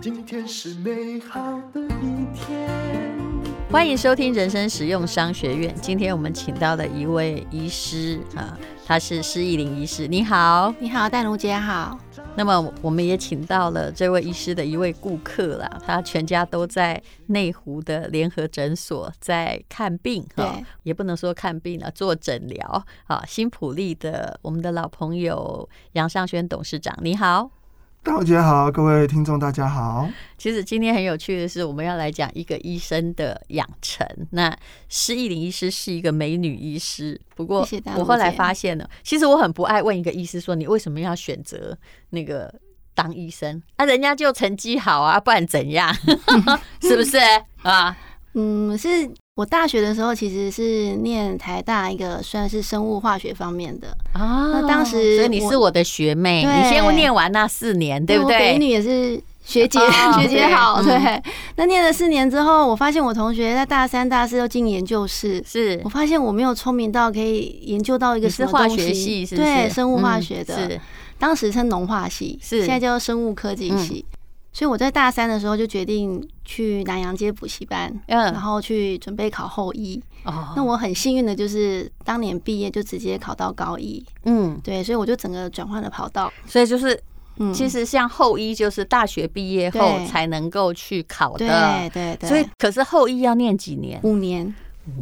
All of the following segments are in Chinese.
今天是美好的一天。欢迎收听人生实用商学院。今天我们请到了一位医师啊，他是施意林医师。你好，你好，啊淡如姐好。那么我们也请到了这位医师的一位顾客啦，他全家都在内湖的联合诊所在看病哈对，也不能说看病了，做诊疗啊。新普利的我们的老朋友杨尚轩董事长，你好。大姐好，各位听众大家好。其实今天很有趣的是，我们要来讲一个医生的养成。那施意林医师是一个美女医师，不过谢谢大陆我后来姐发现了，其实我很不爱问一个医师说你为什么要选择那个当医生啊，人家就成绩好啊，不然怎 样？是不是啊？嗯，是我大学的时候其实是念台大一个算是生物化学方面的，啊当时所以你我是我的学妹，对你先念完那四年，对不因为我北一对？女也是学姐，哦学姐好。对对嗯，那念了四年之后，我发现我同学在大三、大四都进研究室。是我，发现我没有聪明到可以研究到一你个是什么化东学西系，是不是？对生物化嗯学的，是当时称农化系，是嗯现在叫生物科技系。所以我在大三的时候就决定去南洋街补习班，嗯然后去准备考后医。哦，那我很幸运的就是当年毕业就直接考到高一，嗯，对，所以我就整个转换了跑道。所以就是嗯，其实像后医就是大学毕业后对才能够去考对的，对对，所以可是后医要念几年？五年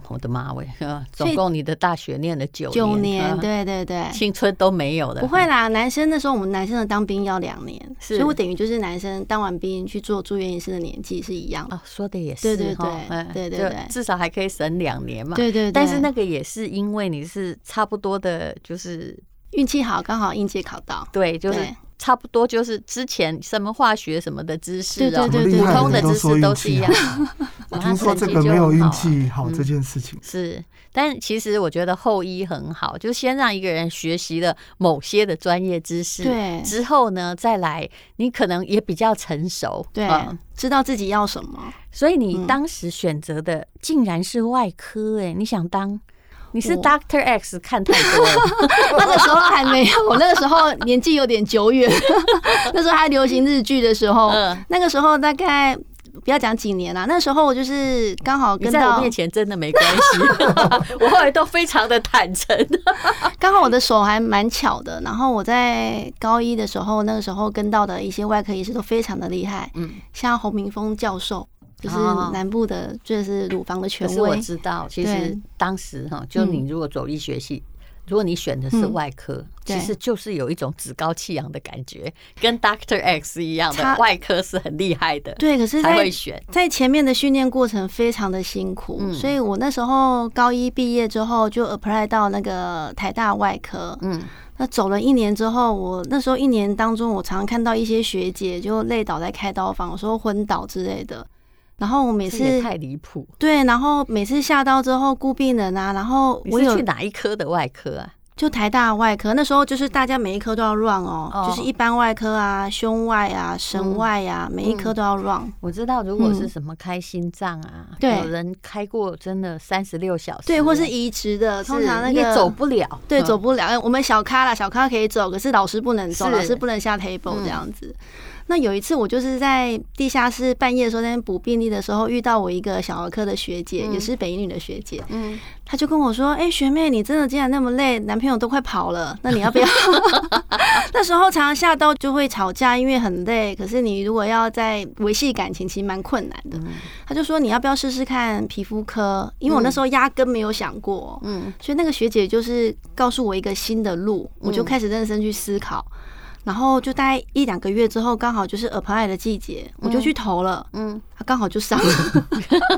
我的妈喂， 呵所以总共你的大学念了九九年，呵对对对，青春都没有了。不会啦。男生那时候我们男生的当兵要两年，是所以我等于就是男生当完兵去做住院医师的年纪是一样的。哦，说的也是对对哈对嗯对对就对至少还可以省两年嘛。对对对，但是那个也是因为你是差不多的，就是运气好，刚好应届考到。对，就是对差不多就是之前什么化学什么的知识对对哦，对对普对通的对知识都是一样 都说运气。我哇听说他这成绩个没有就很好运啊气好嗯这件事情，是，但其实我觉得后医很好，就先让一个人学习了某些的专业知识，，对之后呢再来，你可能也比较成熟，对嗯，知道自己要什么。所以你嗯当时选择的竟然是外科、哎、你想当你是我 Doctor X 看太多 了，那个时候还没有，我那个时候年纪有点久远， 那时候还流行日剧的时候，嗯那个时候大概不要讲几年啦、那时候我就是刚好你跟在我到面，前真的没关系，我后来都非常的坦诚，刚好我的手还蛮巧的。然后我在高一的时候，那个时候跟到的一些外科医师都非常的厉害，嗯。像侯明峰教授，就是哦南部的，就是乳房的权可是我威。知道，其对实当时哈，就你如果走医学系，如果你选的是嗯外科，其对实就是有一种趾高气扬的感觉，跟 Doctor X 一样的他外科是很厉害的，对，可是才在会选。在前面的训练过程非常的辛苦，嗯所以我那时候高一毕业之后就 apply 到那个台大外科。嗯，那走了一年之后，我那时候一年当中，我常常看到一些学姐就累倒在开刀房，有时候昏倒之类的。然后我每这也次太离谱。对，然后每次下刀之后顾病人啊，然后你我是有嗯去哪一科的外科啊？就台大外科，那时候就是大家每一科都要 run 哦，哦嗯就是一般外科啊、胸外啊、神外啊，每一科都要 run。我知道，如果是嗯什么开心脏啊，对有人开过真的三十六小时，啊对，或是移植的，通常那你也个走不了，对，嗯走不了。哎我们小咖啦，小咖可以走，可是老师不能走，是嗯老师不能下 table 这样子。那有一次，我就是在地下室半夜的时候，在那边补病历的时候，遇到我一个小儿科的学姐，嗯也是北一女的学姐，嗯，她就跟我说：“哎、学妹，你真的竟然那么累，男朋友都快跑了，那你要 不 要？”那时候常常下刀就会吵架，因为很累。可是你如果要再维系感情，其实蛮困难嗯的。她就说：“你要不要试试看皮肤科？”因为我那时候压根没有想过，嗯，所以那个学姐就是告诉我一个新的路，我就开始认真去思考。然后就大概一两个月之后，刚好就是 apply 的季节，我就去投了，嗯嗯，刚好就上了，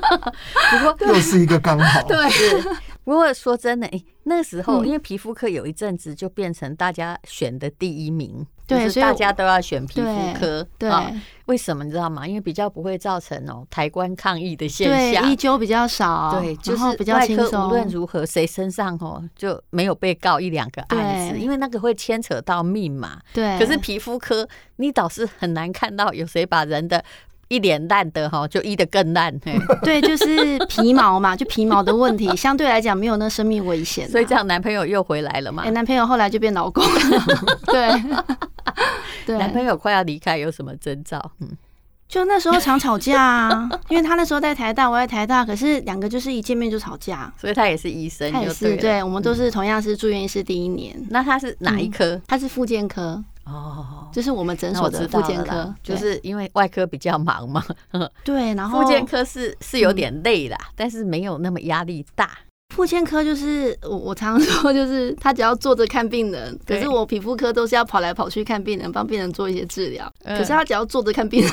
不 过又是一个刚 好。是，不过说真的，诶那时候哦嗯因为皮肤科有一阵子就变成大家选的第一名，对就是所以大我家都要选皮肤科，对啊为什么你知道吗？因为比较不会造成哦抬棺抗议的现对，象一。纠比较少，对，就然后是比较外轻科无论松，如何，谁身上哦就没有被告一两个案子，对因为那个会牵扯到密码。对，可是皮肤科，你倒是很难看到有谁把人的一脸烂的哈，就医的更烂，嘿 对，啊就是 皮毛嘛，就皮毛的问题，相对来讲没有那生命危险、啊。所以这样男朋友又回来了嘛哎、。男朋友后来就变老公 了，对，对，男朋友快要离开有什么征兆？ 嗯，就那时候常吵架啊，因为他那时候在台大，我在台大，可是两个就是一见面就吵架。所以他也是医生，他也，就是了嗯对我们都是同样是住院医师第一年，那他是哪一科？他是复健科，哦，就是我们嗯诊那所我的知复道健了科啦，，就对哦是因为外科比较忙嘛，对，然后复健科是是有嗯点累啦，但是没有那么压力大。妇健科就是我我常说，就是他只要坐着看病人，可对是我皮肤科都是要跑来跑去看病人，帮病人做一些治疗。嗯可是他只要坐着看病人，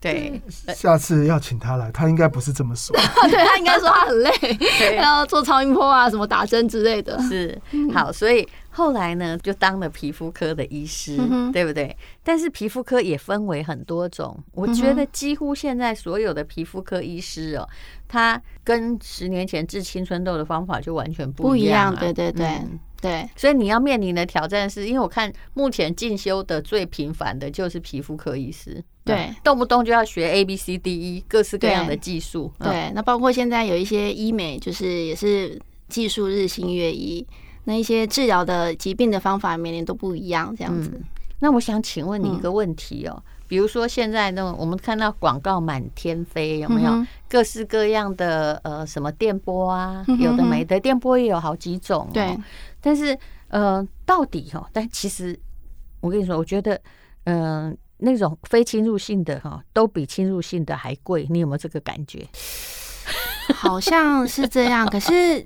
对，下次要请他来，他应该不是这么说。对他应该说他很累，对要做超音波啊，什么打针之类的。 是嗯好，所以后来呢，就当了皮肤科的医师，嗯哼对不对？但是皮肤科也分为很多种，我觉嗯得几乎现在所有的皮肤科医师哦，他跟十年前治青春痘的方法就完全不一一样、啊，样对对对嗯对，所以你要面临的挑战是，因为我看目前进修的最频繁的就是皮肤科医师，对嗯动不动就要学 A B C D E 各式各样对的技术，嗯，对，那包括现在有一些医美，就是也是技术日新月异，那一些治疗的疾病的方法每年都不一样，这样子。那我想请问你一个问题哦，比如说现在呢，我们看到广告满天飞，有没有、嗯哼各式各样的呃什么电波啊，嗯哼有的没的，电波也有好几种、哦。对，但是呃，到底哦，但其实我跟你说，我觉得嗯、呃那种非侵入性的哈、哦，都比侵入性的还贵，你有没有这个感觉？好像是这 样，可是。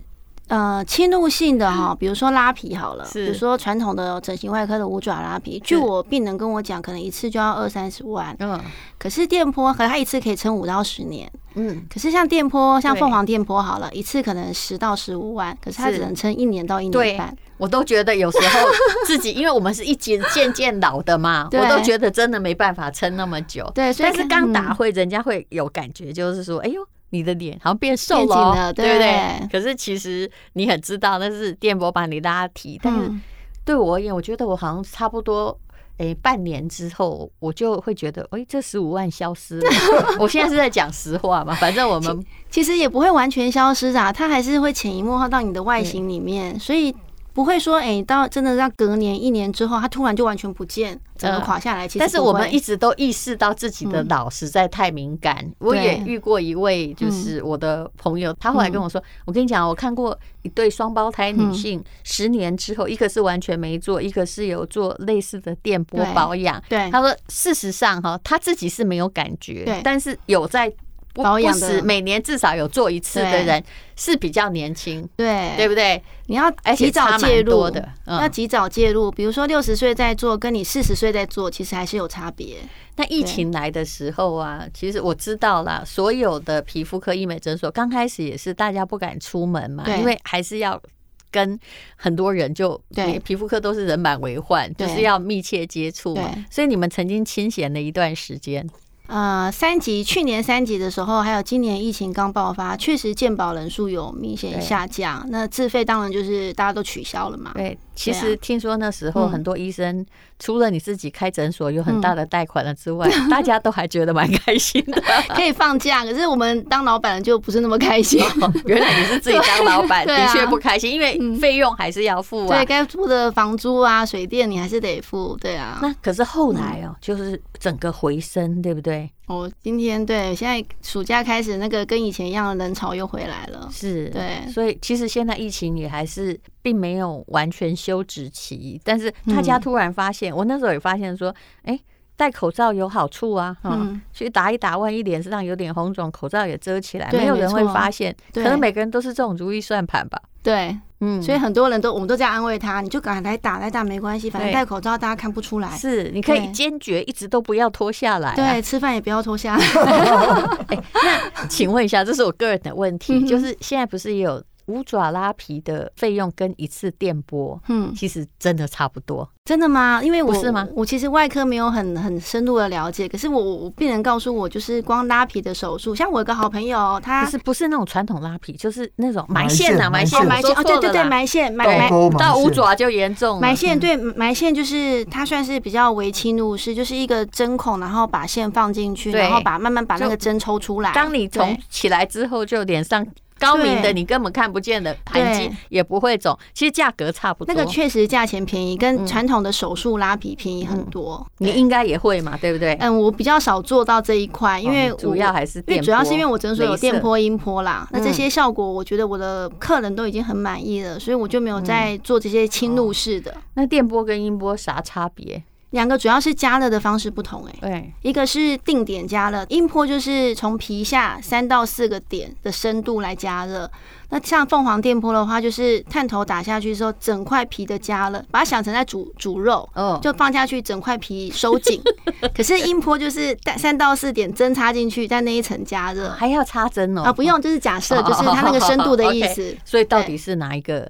呃，侵入性的哈，比如说拉皮好了，嗯是比如说传统的整形外科的五爪拉皮，据我病人跟我讲，可能一次就要二三十万。嗯可是电波，可能它一次可以撑五到十年。嗯，可是像电波，像对凤凰电波好了，一次可能十到十五万，可是它是只能撑一年到一对年半。我都觉得有时候自己，因为我们是一渐渐渐老的 嘛，对我都觉得真的没办法撑那么久。对，所以但是可刚打嗯会，人家会有感觉，就是说，哎呦，你的脸好像变瘦了变紧了哦，不对对？可是其实你很知道那是电波把你拉提，但是嗯对我而言，我觉得我好像差不多。哎，半年之后我就会觉得，哎，这十五万消失了。 我现在是在讲实话嘛，反正我们其实也不会完全消失啊，它还是会潜移默化到你的外形里面，所以不会说哎、到真的到隔年一年之后，它突然就完全不见，整个垮下来。其实但是我不们会嗯一直都意识到自己的老实在太敏感。我也遇过一位，就是我的朋友，他后来跟嗯我说：“我跟你讲，我看过一对双胞胎女性，十年之后，一个是完全没做，一个是有做类似的电波对保养。”对他说：“事实上，哈，他自己是没有感觉对，但是有在不保养不的时每年至少有做一次的对人是比较年轻，对对不对？你要而且及早差蛮介入多的嗯要及早介入。比如说六十岁在做，跟你四十岁在做，其实还是有差别。那疫对情来的时候啊，其实我知道啦，所有的皮肤科医美诊所刚开始也是大家不敢出门嘛，对因为还是要跟很多人就对你皮肤科都是人满为患，就对是要密切接触嘛对。所以你们曾经清闲了一段时间，呃，三级去年三级的时候，还有今年疫情刚爆发，确实健保人数有明显对下降。那自费当然就是大家都取消了嘛。对，其实听说那时候嗯很多医生、除了你自己开诊所有很大的贷款了之 外，大家都还觉得蛮开心的。可以放假，可是我们当老板的就不是那么开心。哦原来你是自己当老板，对对啊嗯的确不开心，因为费用还是要付啊对，。该付的房租啊、水电你还是得付，对啊。那可是后来嗯哦，就是整个回升，对不对？我今天对，现在暑假开始，那个跟以前一样的人潮又回来了。是，对所以其实现在疫情也还是并没有完全休止期，但是大嗯家突然发现，我那时候也发现说，哎，戴口罩有好处啊，哈、嗯去打一打，万一脸上有点红肿，口罩也遮起来，对没有人没会错发现，可对能每个人都是这种如意算盘吧。对，嗯，所以很多人都，我们都这样安慰他，你就赶来打，来打没关系，反正对戴口罩大家看不出来。是你可以对坚决一直都不要脱下来、啊。对，吃饭也不要脱 下来。哎，那请问一下，这是我个人的问题，嗯哼就是现在不是也有五爪拉皮的费用跟一次电波嗯，其实真的差不多。真的吗？因为我不是吗我其实外科没有很很深入的了解，可是我我我病人告诉我，就是光拉皮的手术，像我有个好朋友，他不是不是那种传统拉皮，就是那种埋埋线啊，线埋线线啊哦我埋线说哦，对对错了对，啦埋线埋对埋勾嘛到是五爪就严重了。埋线，对埋线就是它算是比较微侵入式，就是一个针孔，然后把线放进去，对然后把慢慢把那就个针抽出来。当你从对起来之后，就脸上高明的对你根本看不见的盘肌对也不会肿，其实价格差不那多。个确实价钱便宜，跟嗯传统的手术拉皮便宜很多。你应该也会嘛，对不对？嗯，我比较少做到这一块，因为哦你我主要还是因电为波主要是因为我诊所有镭射电波、音波啦，那嗯这些效果我觉得我的客人都已经很满意了，所以我就没有嗯再做这些侵入式的。那电波跟音波啥差别？两个主要是加热的方式不同、欸，对，一个是定点加热，音波就是从皮下三到四个点的深度来加热。那像凤凰电波的话，就是探头打下去之后，整块皮的加热，把它想成在煮煮肉。哦，就放下去，整块皮 收紧。可是音波就是三到四点针插进去，在那一层加热还要插针哦。啊，不用，就是假设哦，就是它那个深度的意 哦思，OK，。所以到底是哪一个？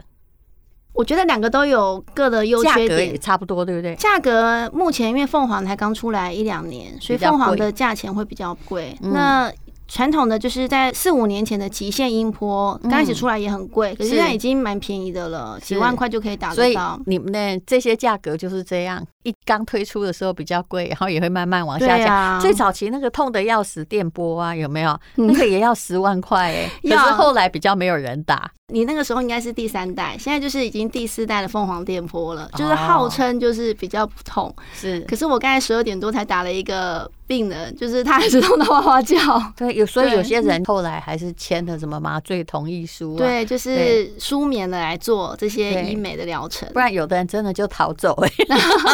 我觉得两个都有各的优价缺格点也，差不多，对不对？价格目前因为凤凰才刚出来一两年，所以比较贵凤凰的价钱会比较贵。嗯那传统的就是在四五年前的极限音波，嗯刚开始出来也很贵，可是是现在已经蛮便宜的了，几万块就可以打嗯所得以到。你们的这些价格就是这样，一刚推出的时候比较贵，然后也会慢慢往对下降。啊，最早期那个痛的要死电波啊，有没有？嗯那个也要十万块哎、 要可是后来比较没有人打，你那个时候应该是第三代，现在就是已经第四代的凤凰电波了，就是哦号称就是比较不痛。是可是我刚才十二点多才打了一个病人，就是他还是痛到哇哇叫。对有，所以对有些人后来还是签了什么麻醉同意书啊，，对，就是对舒眠的来做这些对医美的疗程不。然有的人真的就逃走 哎、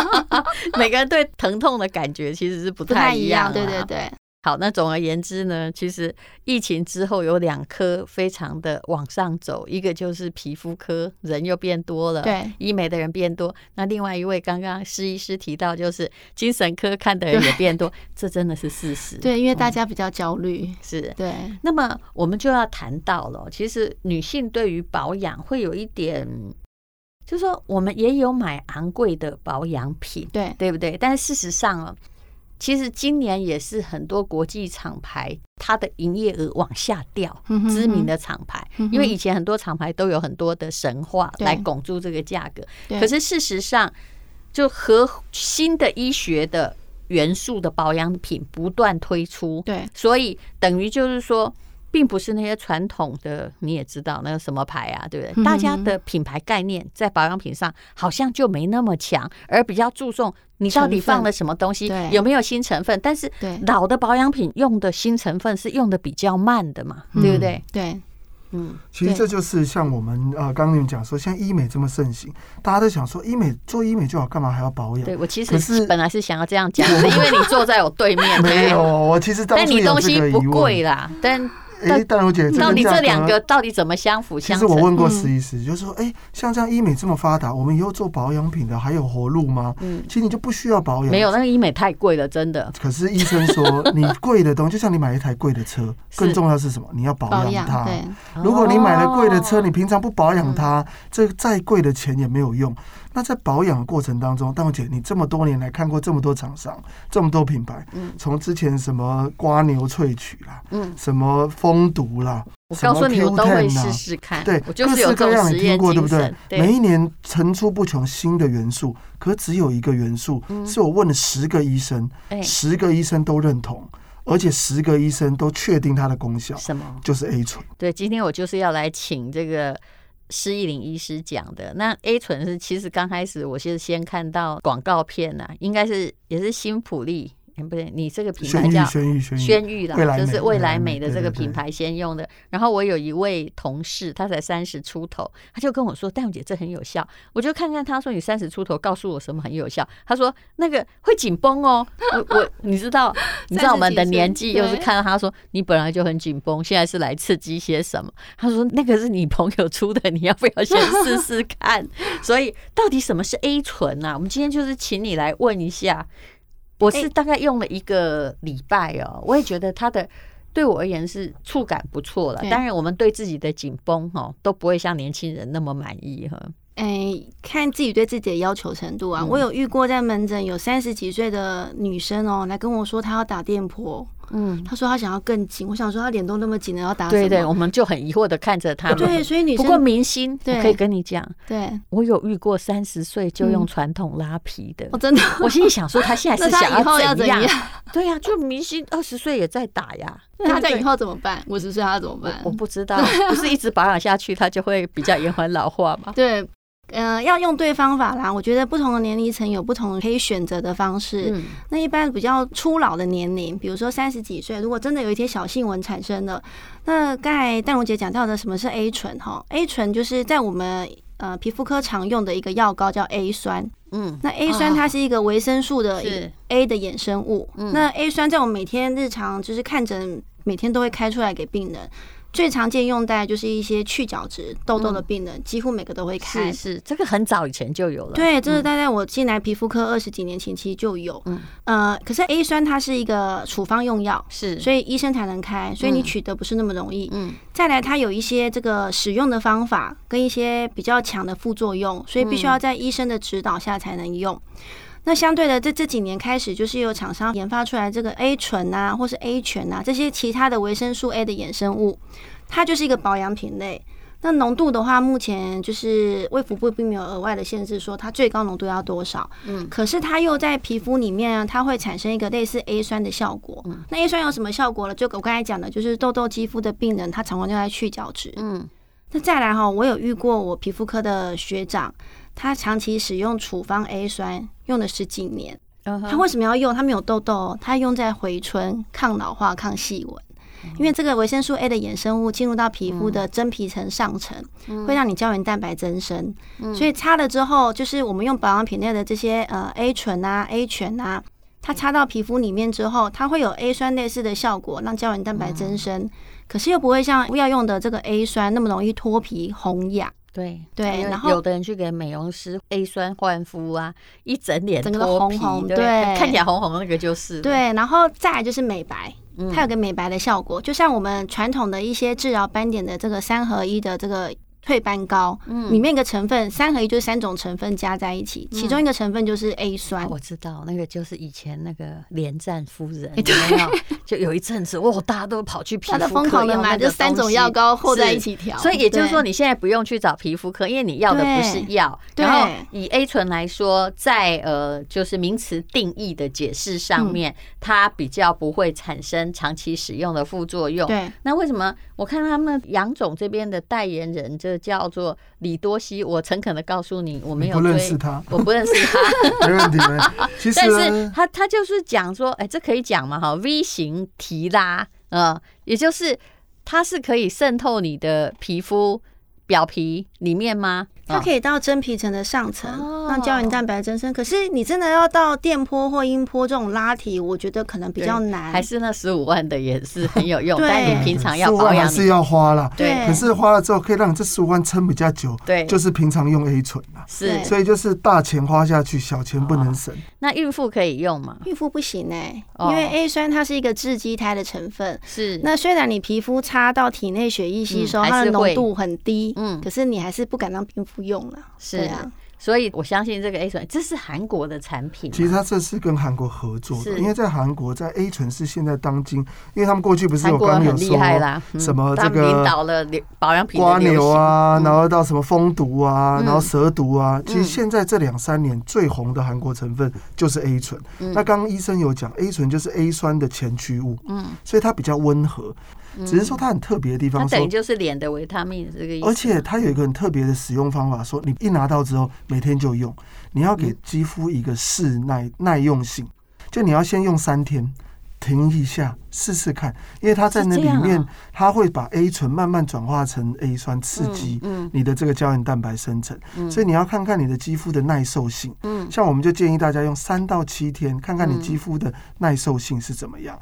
每个人对疼痛的感觉其实是不不太太一一样，样，啊对对。对，好，那总而言之呢，其实疫情之后有两科非常的往上走，一个就是皮肤科，人又变多了，对，医美的人变多。那另外一位刚刚施医师提到，就是精神科看的人也变多，这真的是事实。， 对，因为大家比较焦虑，是。对，那么我们就要谈到了，其实女性对于保养会有一点，就是说我们也有买昂贵的保养品，对，对不对？但事实上哦，其实今年也是很多国际厂牌它的营业额往下掉，嗯哼知名的厂牌，嗯哼因为以前很多厂牌都有很多的神话对来拱住这个价格，对可是事实上，就和新的医学的元素的保养品不断推出，对，所以等于就是说。并不是那些传统的，你也知道那个什么牌啊，对不对？嗯大家的品牌概念在保养品上好像就没那么强，而比较注重你到底成分放了什么东西对，有没有新成分。但是对老的保养品用的新成分是用的比较慢的嘛，嗯对不对？对，嗯，其实对这就是像我们呃，刚刚你们讲说，现在医美这么盛行，大家都想说医美做医美就好，干嘛还要保养？对我其可是实本来是想要这样讲的，因为你坐在我对 面，没有，我其实当但初你有东这西个疑不问。贵啦，但哎，淡如姐，这到跟底价这格两个到底怎么相辅其相实我成？问过嗯施医师，就是说，哎、像这样医美这么发达，我们以后做保养品的还有活路吗？嗯，其实你就不需要保养，没有，。那个医美太贵了，真的。可是医生说， 你贵的东西，就像你买一台贵的车，是更重要是什么？你要保保养养，它。对，如果你买了贵的车，哦你平常不保养它，这再贵的钱也没有用。那在保养的过程当中，大姐，你这么多年来看过这么多厂商，这么多品牌，从之前什么瓜牛萃取啦，嗯，什么风毒啦，我什告么诉你，我都 Q10 会啦试试看。对，我各就是式有各这种样实你听验过对不精对神？。每一年层出不穷新的元素，可只有一个元素是我问了十个医生，嗯哎，十个医生都认同，而且十个医生都确定它的功效，什么？就是 A 醇。对，今天我就是要来请这个施意林医师讲的。那 A 醇是，其实刚开始我是先看到广告片呐、应该是也是新普利，嗯不对，你这个品轩牌逸，叫轩逸，轩逸，轩逸未来啦，美就是未未来来美美的对这对个对品牌先用的。然后我有一位同事，他才三十出头，他就跟我说：“戴茹姐，这很有效。”我就看看他说：“你三十出头，告诉我什么很有效？”他说：“那个会紧绷哦。我”我你知道，你知道我们的年纪，又是看到他说你本来就很紧绷，现在是来刺激些什么？他说：“那个是你朋友出的，你要不要先试试看？”所以到底什么是 A 醇啊？我们今天就是请你来问一下。我是大概用了一个礼拜哦，我也觉得它的对我而言是触感不错了。对当然，我们对自己的紧绷哈都不会像年轻人那么满意哈。哎、看自己对自己的要求程度嗯啊。我有遇过在门诊有三十几岁的女生哦、来跟我说她要打电波，嗯，她说她想要更紧。我想说她脸都那么紧了，要打啊什对么？对，我们就很疑惑的看着他们。对，所以女不过生明星，对我可以跟你讲，对，我有遇过三十岁就用嗯传统拉皮 的。我哦真的，我心里想说，他现在 那是想她以后要怎怎样？？ 对呀、就明星二十岁也在打呀。 那 她对在不对以后怎么办？五十岁她怎么办我？不知 道，不是一直保养下去，它就会比较延缓老化嘛？对，呃，要用对方法啦。我觉得不同的年龄层有不同可以选择的方式。嗯，那一般比较初老的年龄，比如说三十几岁，如果真的有一些小新闻产生了，那刚才戴荣姐讲到的什么是 A 醇哈，A 醇就是在我们呃皮肤科常用的一个药膏叫 A 酸。嗯，那 A 酸啊它是一个维生素的是 A 的衍生物。嗯那 A 酸在我们每天日常就是看诊，每天都会开出来给病人。最常见用在就是一些去角质痘痘的病人，几乎每个都会开。嗯是是，这个很早以前就有了。对，这是大概我进来皮肤科二十几年前其实就有，嗯呃，可是 A 酸它是一个处方用药，是，所以医生才能开，所以你嗯取得不是那么容易。嗯再来，它有一些这个使用的方法跟一些比较强的副作用，所以必须要在医生的指导下才能用。那相对的，这这几年开始，就是有厂商研发出来这个 A 醇啊，或是 A 醛啊这些其他的维生素 A 的衍生物，它就是一个保养品类。那浓度的话，目前就是卫福部并没有额外的限制，说它最高浓度要多少。嗯，可是它又在皮肤里面啊，它会产生一个类似 A 酸的效果。那 A 酸有什么效果呢？就我刚才讲的，就是痘痘肌肤的病人，他常常用来去角质。嗯那再来哈，我有遇过我皮肤科的学长，他长期使用处方 A 酸，用了十几年。嗯哼，他为什么要用？他没有痘痘哦，他用在回春、抗老化、抗细纹。嗯因为这个维生素 A 的衍生物进入到皮肤的真皮层上层，嗯会让你胶原蛋白增生。所以擦了之后，就是我们用保养品类的这些呃 A 醇啊、A 醛啊，它擦到皮肤里面之后，它会有 A 酸类似的效果，让胶原蛋白增嗯生。可是又不会像药用的这个 A 酸那么容易脱皮、红痒，对对因为然后有的人去给美容师 A 酸焕肤啊，一整脸整个都脱皮红红对，对看起来红红那个就是了，对，然后再来就是美白，嗯它有个美白的效果，就像我们传统的一些治疗斑点的这个三合一的这个退斑膏，嗯里面一个成分三合一就是三种成分加在一起，其中一个成分就是 A 酸啊。我知道那个就是以前那个连战夫人，有没有？就有一阵子，哇，大家都跑去皮它肤哎的科疯狂的用那买个这三东种西药膏和在是一起调，所以也就是说，对，你现在不用去找皮肤科，因为你要的不是药。对然后以 A 醇来说，在呃就是名词定义的解释上嗯面，它比较不会产生长期使用的副作用。对那为什么我看他们杨总这边的代言人，这叫做李多熙？我诚恳的告诉你，我没有不认追识他我不认识他。没问题。没问题其实但是呢他他就是讲说，哎、这可以讲嘛哈，V 型提拉，呃，也就是它是可以渗透你的皮肤表皮里面吗？啊它以可以到真皮层的上层，嗯哦让胶原蛋白增生。可是你真的要到电波或音波这种拉提，我觉得可能比较难，还是哦那十五万的也是很有 用，对但你平常要15保万还养是你。要花啦。对可是花了之后可以让你这十五万撑比较久，对就是平常用 A 醇啦。是对所以就是大钱花下去，小钱不能省。那孕妇可以用吗？孕妇不行哎、哦因为 A 酸它是一个致畸胎的成分，是那虽然你皮肤擦到体内血液吸收，嗯还是它的浓会度很低，嗯可是你还是不敢让孕妇用了。是对啊，所以我相信这个 A 醇，这是韩国的产品啊吗。其实它这是跟韩国合作的，是因为在韩国，在 A 醇是现在当今，因为他们过去不是韩我国刚刚很有厉说害啦，嗯什么他这们领个导了流保养品的瓜流牛行，啊，然后到什么蜂毒啊，嗯然后蛇毒啊。其实嗯现在这两三年最红的韩国成分就是 A 醇。嗯那刚刚医生有讲，A 醇就是 A 酸的前驱物，嗯，所以它比较温和。只是说它很特别的地它方，说等于就是脸的维他命这个意思。而且它有一个很特别的使用方法，说你一拿到之后每天就用，你要给肌肤一个适耐耐用性，就你要先用三天。停一下，试试看，因为它在那是里这样啊面，它会把 A 醇慢慢转化成 A 酸，刺激嗯你的这个胶原蛋白生成，所以你要看看你的肌肤的耐受性。嗯像我们就建议大家用三到七天，看看你肌肤的耐受性是怎么样。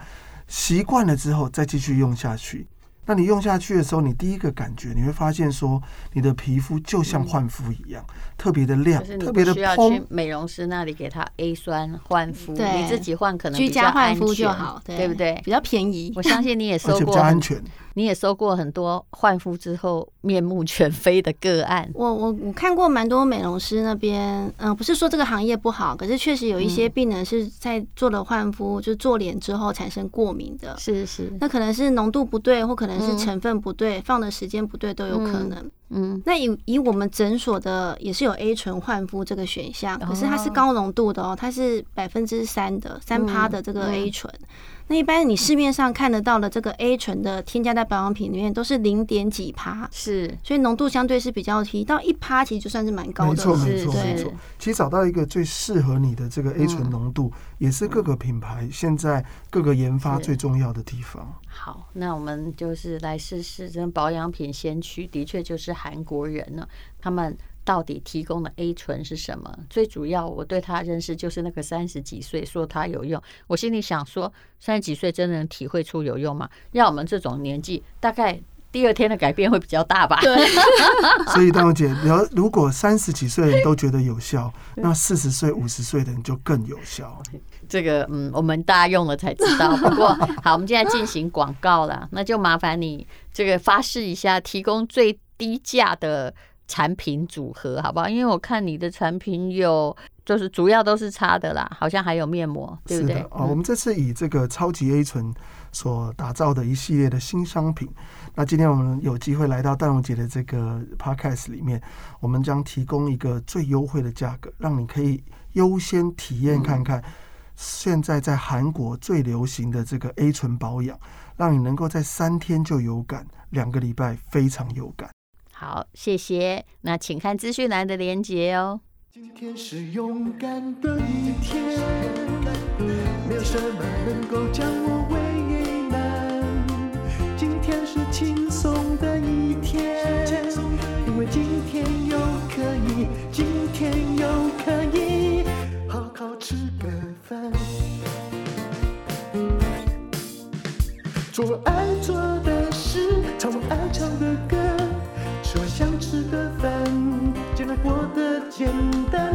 习惯了之后再继续用下去。那你用下去的时候，你第一个感觉你会发现说，你的皮肤就像焕肤一样，特别的亮就是，特你别不的需要去嘭。美容师那里给他 A 酸焕肤，对你自己换可能居比较家换安肤就全好，对不对？ 比较便宜我。相信你也而收且比过较很，安全，你也收过很多换肤之后面目全非的个案。我我我看过蛮多美容师那边，嗯、不是说这个行业不好，可是确实有一些嗯病人是在做了焕肤，就做脸之后产生过敏的，是是，那可能是浓度不对，或可能是嗯成分不对，放的时间不对都有可能。嗯，那以以我们诊所的也是有 A 醇焕肤这个选项，可是它是哦高浓度的哦，它是百分之三的三趴嗯的这个嗯 A 醇。那一般你市面上看得到的这个 A 醇的添加在保养品里面都是零点几趴，是所以浓度相对是比较低，到一趴其实就算是蛮高没的错了。没是错没对错。其实找到一个最适合你的这个 A 醇嗯浓度，也是各个品牌现在各个研发是最重要的地方。好，那我们就是来试试，真的保养品先驱的确就是韩国人呢，他们到底提供的 A 醇是什么？最主要我对他认识就是那个三十几岁说他有用，我心里想说，三十几岁真的能体会出有用吗？要我们这种年纪，大概第二天的改变会比较大吧？对，所以，大荣姐，你要如果三十几岁的人都觉得有效，那四十岁、五十岁的人就更有效。这个嗯，我们大家用了才知 道。不过好，我们现在进行广告了，那就麻烦你这个发誓一下，提供最低价的产品组合，好不好？因为我看你的产品有，就是主要都是擦的啦，好像还有面膜，对是不的对？嗯哦，我们这次以这个超级 A 醇所打造的一系列的新商品，那今天我们有机会来到戴荣姐的这个 podcast 里面，我们将提供一个最优惠的价格，让你可以优先体验看看嗯现在在韩国最流行的这个 A 醇保养，让你能够在三天就有感，两个礼拜非常有感。嗯好，谢谢。那请看资讯栏的连接哦。今天是勇敢的一天，没有什么能够将我为难。今天是轻松的一天，因为今天又可以，今天又可以好好吃个饭，做我爱做的事，唱我爱唱的歌。吃我想吃的饭，尽量过得简单，